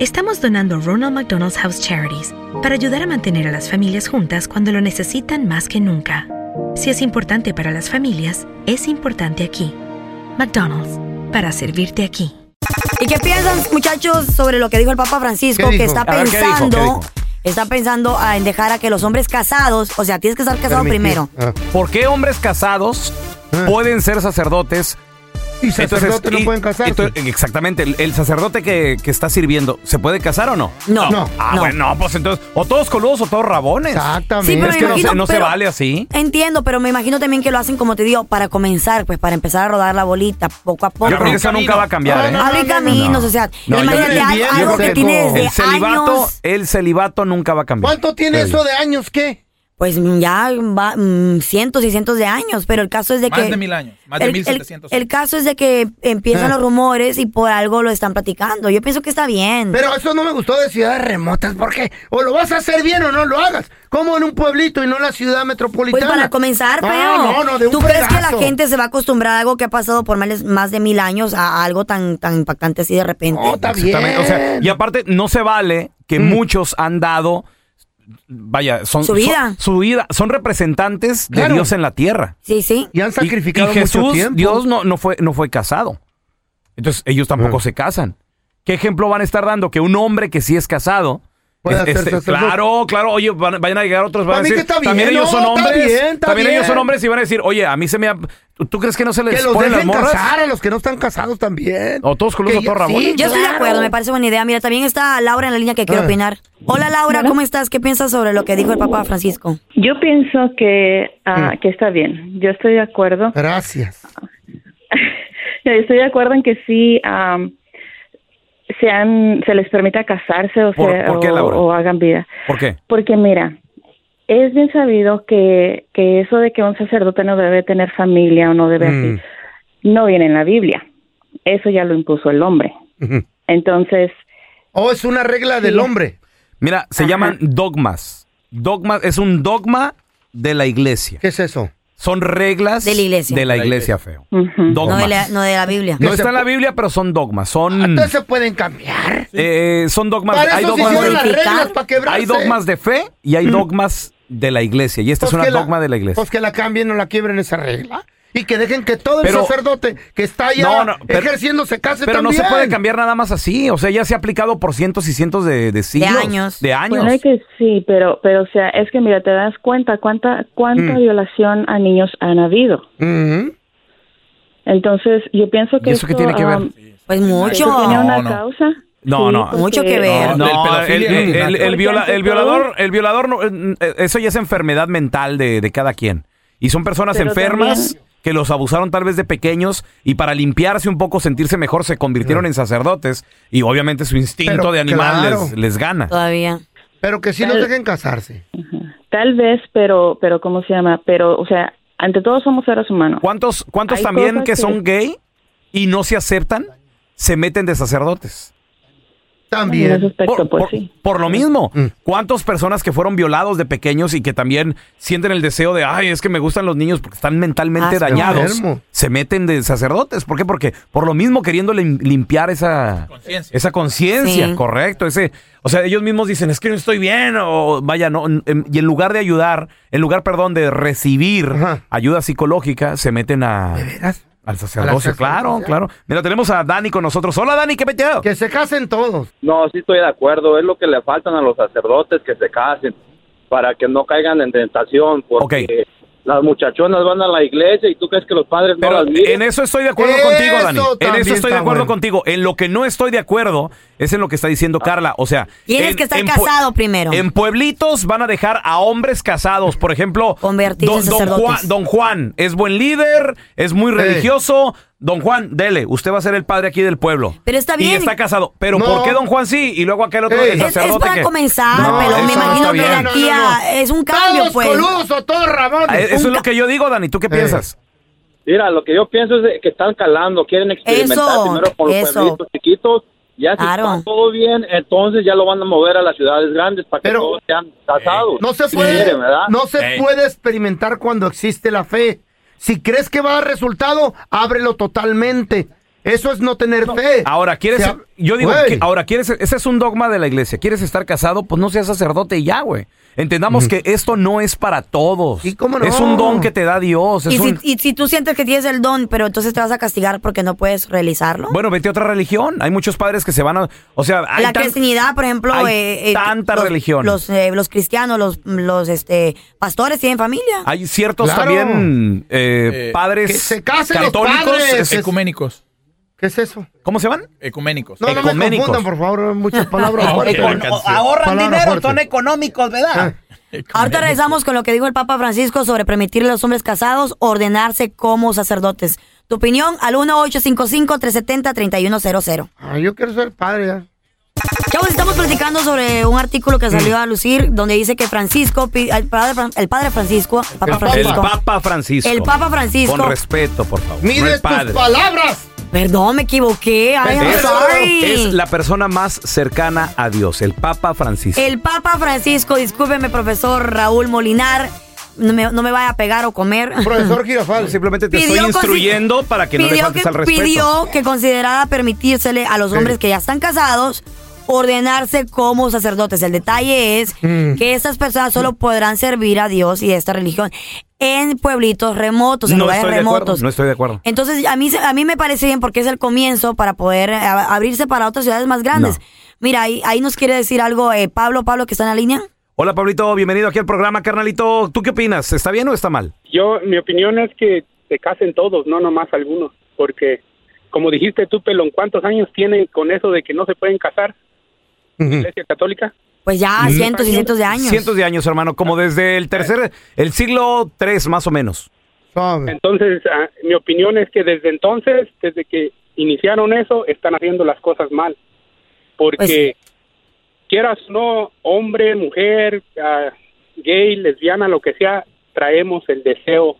Estamos donando Ronald McDonald's House Charities para ayudar a mantener a las familias juntas cuando lo necesitan más que nunca. Si es importante para las familias, es importante aquí. McDonald's, para servirte aquí. ¿Y qué piensan, muchachos, sobre lo que dijo el Papa Francisco? ¿Qué Que dijo? está A ver, ¿qué dijo? pensando, ¿Qué dijo? está pensando ah, en dejar a que los hombres casados, o sea, tienes que estar casado Permitir. primero. Ah. ¿Por qué hombres casados pueden ser sacerdotes? Y sacerdotes Entonces, no y- eh, pueden casarse. ento- exactamente, el, el sacerdote que, que está sirviendo, ¿se puede casar o no? No. No. Ah, No. bueno, pues entonces, o todos coludos o todos rabones. Exactamente. pero Es que no se- no se vale así. Entiendo, pero me imagino también que lo hacen, como te digo, para comenzar, pues para empezar a rodar la bolita poco a poco. Yo creo que eso Camino. nunca va a cambiar, ¿eh? No, no, Abre no, no, caminos, no. o sea, No, yo imagínate creo que al- bien, algo yo que creo. tienes de El celibato, años. el celibato nunca va a cambiar. ¿Cuánto tiene eso de años qué? Pues mm, ya va, mm, cientos y cientos de años, pero el caso es de que... Más de mil años, más de el, mil el- setecientos. el caso es de que empiezan Ah. los rumores y por algo lo están platicando. Yo pienso que está bien. Pero eso no me gustó de ciudades remotas, porque o lo vas a hacer bien o no lo hagas. Como en un pueblito y no en la ciudad Pues metropolitana. para comenzar, No, pero no, no, de un ¿tú crees que la pedazo. gente se va a acostumbrar a algo que ha pasado por más, más de mil años a algo tan, tan impactante así de repente? No, está bien. Mm. Exactamente, O sea, y aparte, no se vale que muchos han dado. Vaya, son Su vida. Son, su vida, son representantes de Claro. Dios en la tierra. sí, sí. Y han Y- sacrificado y Jesús, mucho tiempo. Dios no, no, fue, no fue casado. Entonces, ellos tampoco Ah. se casan. ¿Qué ejemplo van a estar dando? Que un hombre que sí es casado. Puede es- este, hacer sacerdote. claro, claro, oye, van- vayan a llegar otros, van Para a mí decir, que está bien, también ellos no, son está hombres, bien, está también ellos bien. son hombres y van a decir, oye, a mí se me, ha- ¿tú, tú crees que no se les Que los ponen las dejen morras? casar a los que no están casados también. O todos coludos Que o todos ya- sí, rabones. Yo estoy de claro. acuerdo, me parece buena idea. Mira, también está Laura en la línea que quiere Ah. opinar. Hola Laura, ¿cómo estás? ¿Qué piensas sobre lo que dijo el Papa Francisco? Yo pienso que, ah, Mm. que está bien. Yo estoy de acuerdo. Ah. Gracias. Yo estoy de acuerdo en que sí am, sean, se les permita casarse o, ¿Por- sea, por qué, o- Laura? o hagan vida. ¿Por qué? Porque mira, es bien sabido que, que eso de que un sacerdote no debe tener familia o no debe así, Mm. no viene en la Biblia. Eso ya lo impuso el hombre. Ujú. Entonces, O Oh, es una regla del hombre. Mira, se Ajá. llaman dogmas. Dogmas es un dogma de la iglesia. ¿Qué es eso? Son reglas De la iglesia. de la iglesia, feo. ujú. No Dogmas. de, la, no de la Biblia. No está en la Biblia, pero son dogmas. Son, Ah, Entonces se pueden cambiar. eh, son dogmas. Para hay eso se dogmas hicieron las de, modificar. reglas, para quebrarse. Mm. hay dogmas de fe y hay dogmas de la iglesia. Y esta Pues es que una dogma de la iglesia. Pues que la cambien o la quiebren esa regla. Y que dejen que todo el Pero- sacerdote que está allá No, no, pero- ejerciendo se case pero no también. se puede cambiar nada más así. O sea, ya se ha aplicado por cientos y cientos de, de siglos. años. De años. Bueno, que sí, pero, pero o sea, es que mira, te das cuenta cuánta, cuánta Mm. violación a niños han habido. Ujú. Entonces, yo pienso que ¿Y eso qué tiene que ver? um, Pues eso mucho. tiene una No, no. causa. No, no. Mucho que Ah. ver. No, No, el, el pedofilia el- no. el- el Porque viola- ante el todo- violador, el violador, no, eh, eso ya es enfermedad mental de, de cada quien. Y son personas Pero enfermas también- que los abusaron tal vez de pequeños y para limpiarse un poco, sentirse mejor, se convirtieron en sacerdotes y obviamente su instinto Pero de animal claro. les, les gana. Todavía. Pero que sí los dejen casarse. Tal vez, pero, pero ¿cómo se llama? Pero, o sea, ante todo somos seres humanos. ¿Cuántos, cuántos Hay también cosas que que- son gay y no se aceptan se meten de sacerdotes? También. En ese aspecto, Por, pues por- sí. por lo mismo, Mm. ¿cuántas personas que fueron violados de pequeños y que también sienten el deseo de, ay, es que me gustan los niños porque están mentalmente Ah, sí. dañados? Enfermo. Se meten de sacerdotes. ¿Por qué? Porque por lo mismo queriendo lim- limpiar esa Conciencia. esa conciencia, Sí. correcto. Ese, o sea, ellos mismos dicen, es que no estoy bien o vaya, no. n- em, Y en lugar de ayudar, en lugar, perdón, de recibir Ajá. ayuda psicológica, se meten a... veras? Al sacerdocio, sacerdocia. claro, claro. Mira, tenemos a Dani con nosotros. Hola, Dani, ¿qué peteo? Que se casen todos. No, sí estoy de acuerdo. Es lo que le faltan a los sacerdotes que se casen para que no caigan en tentación. Porque las muchachonas van a la iglesia y tú crees que los padres no Pero las miran. en eso estoy de acuerdo contigo, Eso Dani. En también eso estoy de está acuerdo bueno. contigo. En lo que no estoy de acuerdo es en lo que está diciendo Carla. O sea, Tienes en- que estar en pue- casado primero. En pueblitos van a dejar a hombres casados, por ejemplo, Convertirse en sacerdotes. Juan, don Juan es buen líder, es muy religioso. Don Juan, dele, usted va a ser el padre aquí del pueblo. Pero está Y bien. está casado. Pero No. ¿por qué don Juan sí y luego aquel otro Ey. el Es- Es, sacerdote? es para que- comenzar, No, Ah, pero eso no me imagino está que de bien. No, aquí no, no. a- es un cambio, todos pues. coludos o todos Ah, rabones. Eso es Un lo que yo digo, Dani. ¿Tú qué Ey. piensas? Mira, lo que yo pienso es de que están calando, quieren experimentar Eso, primero con los eso. pueblitos chiquitos. Ya si Claro. está todo bien, entonces ya lo van a mover a las ciudades grandes para que Pero- eh, todos sean casados. No se Si puede, quieren, ¿verdad? no se Ey. puede experimentar cuando existe la fe. Si crees que va a dar resultado, ábrelo totalmente. Eso es no tener fe. Ahora, ¿quieres.? Se ab- yo digo, Güey. que- ahora, ¿quieres.? Ese es un dogma de la iglesia. ¿Quieres estar casado? Pues no seas sacerdote y ya, güey. Entendamos que esto no es para todos. ¿Y cómo no? Es un don que te da Dios. es Y si, un- y si tú sientes que tienes el don, pero entonces te vas a castigar porque no puedes realizarlo. Bueno, vete a otra religión. Hay muchos padres que se van a. O sea, hay la tan- cristianidad, por ejemplo, hay eh, eh, tanta los, religión. Los, eh, los cristianos, los, los este, pastores tienen familia. Hay ciertos Claro. también eh, Eh, padres que se casen los católicos. padres. es- Ecuménicos. ¿Qué es eso? ¿Cómo se van? Ecuménicos. No, no me Ecuménicos. confundan, por favor, muchas palabras Ah. fuertes. ahorran Palabra fuerte. económicos, ¿verdad? Ahorita regresamos con lo que dijo el Papa Francisco sobre permitirle a los hombres casados ordenarse como sacerdotes. Tu opinión al 1-855-370-3100. Ah, yo quiero ser padre ya. Chavos, estamos platicando sobre un artículo que salió a lucir donde dice que Francisco, pi- el padre, Fran- el padre Francisco, Papa El El Francisco. Papa Francisco. El Papa Francisco. Con respeto, por favor. No Mide el tus padre. palabras. Perdón, me equivoqué. I am Es- sorry. es la persona más cercana a Dios, el Papa Francisco. El Papa Francisco, discúlpeme, profesor Raúl Molinar, no me, no me vaya a pegar o comer. Profesor Girafal. Simplemente te estoy consi- instruyendo para que no le pidió faltes que- al respeto. Pidió que considerara permitírsele a los hombres que ya están casados ordenarse como sacerdotes. El detalle es Mm. que estas personas solo podrán servir a Dios y a esta religión en pueblitos remotos, en no lugares estoy de acuerdo. remotos. No estoy de acuerdo. Entonces, a mí, se- a mí me parece bien porque es el comienzo para poder eh, ab- abrirse para otras ciudades más grandes. No. Mira, ahí, ahí nos quiere decir algo eh, Pablo, Pablo, que está en la línea. Hola, Pablito, bienvenido aquí al programa, carnalito. ¿Tú qué opinas? ¿Está bien o está mal? Yo, mi opinión es que se casen todos, no nomás algunos, porque como dijiste tú, Pelón, ¿cuántos años tienen con eso de que no se pueden casar? Iglesia Católica. Pues ya cientos y cientos de años. Cientos de años, hermano, como desde el tercer, el siglo III más o menos. Suave. Entonces, ah, mi opinión es que desde entonces, desde que iniciaron eso, están haciendo las cosas mal. Porque quieras o no, hombre, mujer, ah, gay, lesbiana, lo que sea, traemos el deseo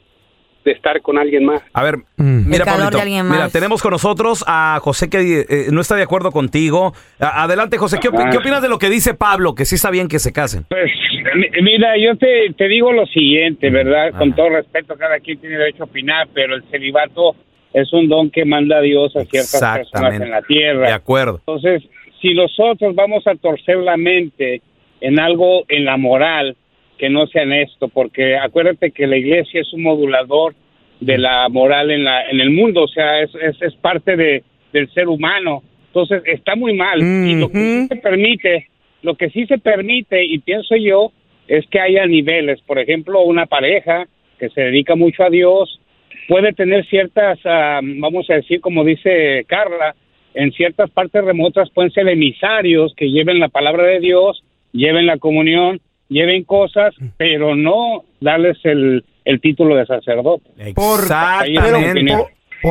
de estar con alguien más. A ver, Mm. mira, calor de Pablito, alguien mira, más. tenemos con nosotros a José que eh, no está de acuerdo contigo. A- adelante, José, ¿qué, opi- Ah. qué opinas de lo que dice Pablo? Que sí está bien que se casen. Pues mi- mira, yo te, te digo lo siguiente, ¿verdad? Con Ajá. todo respeto, cada quien tiene derecho a opinar, pero el celibato es un don que manda Dios a ciertas personas Exactamente. en la De tierra. acuerdo. Entonces, si nosotros vamos a torcer la mente en algo, en la moral, que no sea en esto, porque acuérdate que la iglesia es un modulador de la moral en, la, en el mundo, o sea, es, es, es parte de, del ser humano. Entonces, está muy mal. Y lo que sí se permite, lo que sí se permite, y pienso yo, es que haya niveles. Por ejemplo, una pareja que se dedica mucho a Dios puede tener ciertas, ah, vamos a decir, como dice Carla, en ciertas partes remotas pueden ser emisarios que lleven la palabra de Dios, lleven la comunión, lleven cosas, Mm. pero no darles el, el título de sacerdote. Por- Exactamente. Pero, ¿por,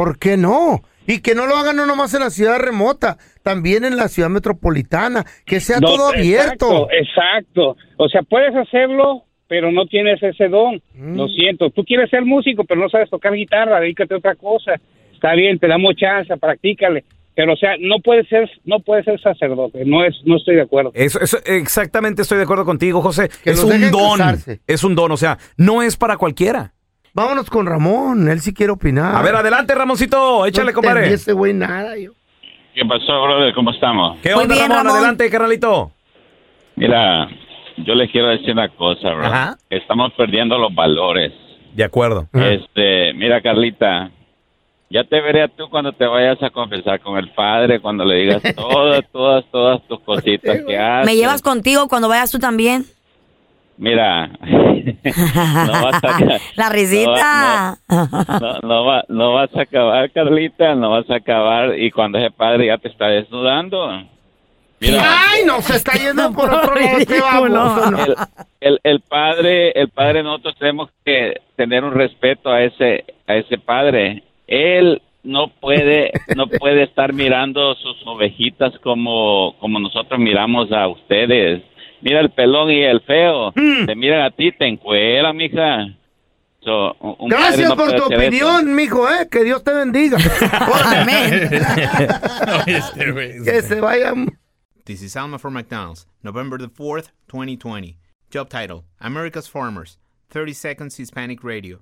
por qué no? Y que no lo hagan no nomás en la ciudad remota, también en la ciudad metropolitana, que sea No, todo abierto. Exacto, Eh, exacto. O sea, puedes hacerlo, pero no tienes ese don. Mm. Lo siento. Tú quieres ser músico, pero no sabes tocar guitarra, dedícate a otra cosa. Está bien, te damos chance, practícale. Pero, o sea, no puede ser, no puede ser sacerdote. No es, no estoy de acuerdo. Eso, eso- exactamente estoy de acuerdo contigo, José. Que es los un dejen don. casarse. Es un don, o sea, no es para cualquiera. Vámonos con Ramón, él sí quiere opinar. A ver, adelante, Ramoncito. Échale, Ah. No entendí compadre. ese güey nada, yo. ¿Qué pasó, brother? ¿Cómo estamos? ¿Qué onda, Ramón? Adelante, carnalito. Mira, yo les quiero decir una cosa, bro. Ajá. Estamos perdiendo los valores. De acuerdo. Ah. Este, mira, Carlita, ya te veré tú cuando te vayas a confesar con el padre, cuando le digas todas, todas, todas tus Eh, cositas que haces. ¿Me llevas contigo cuando vayas tú también? Mira, no vas a... La risita. No, no, va- no vas a acabar, Carlita, no vas a acabar. Y cuando ese padre ya te está desnudando. Mira, Ay, no, se está yendo por otro lado. Qué Ridículo. baboso, no. El, el- el padre, el padre nosotros tenemos que tener un respeto a ese, a ese padre. Él no puede, no puede estar mirando sus ovejitas como, como nosotros miramos a ustedes. Mira el pelón y el feo. Mm. Te miran a ti, te encuera, mija. So, un- un padre Gracias no por puede tu hacer eso. opinión, mijo, eh. Que Dios te bendiga. que se vayan. This is Alma for McDonald's, November the 4th, 2020. Job title America's Farmers, 30 Seconds Hispanic Radio.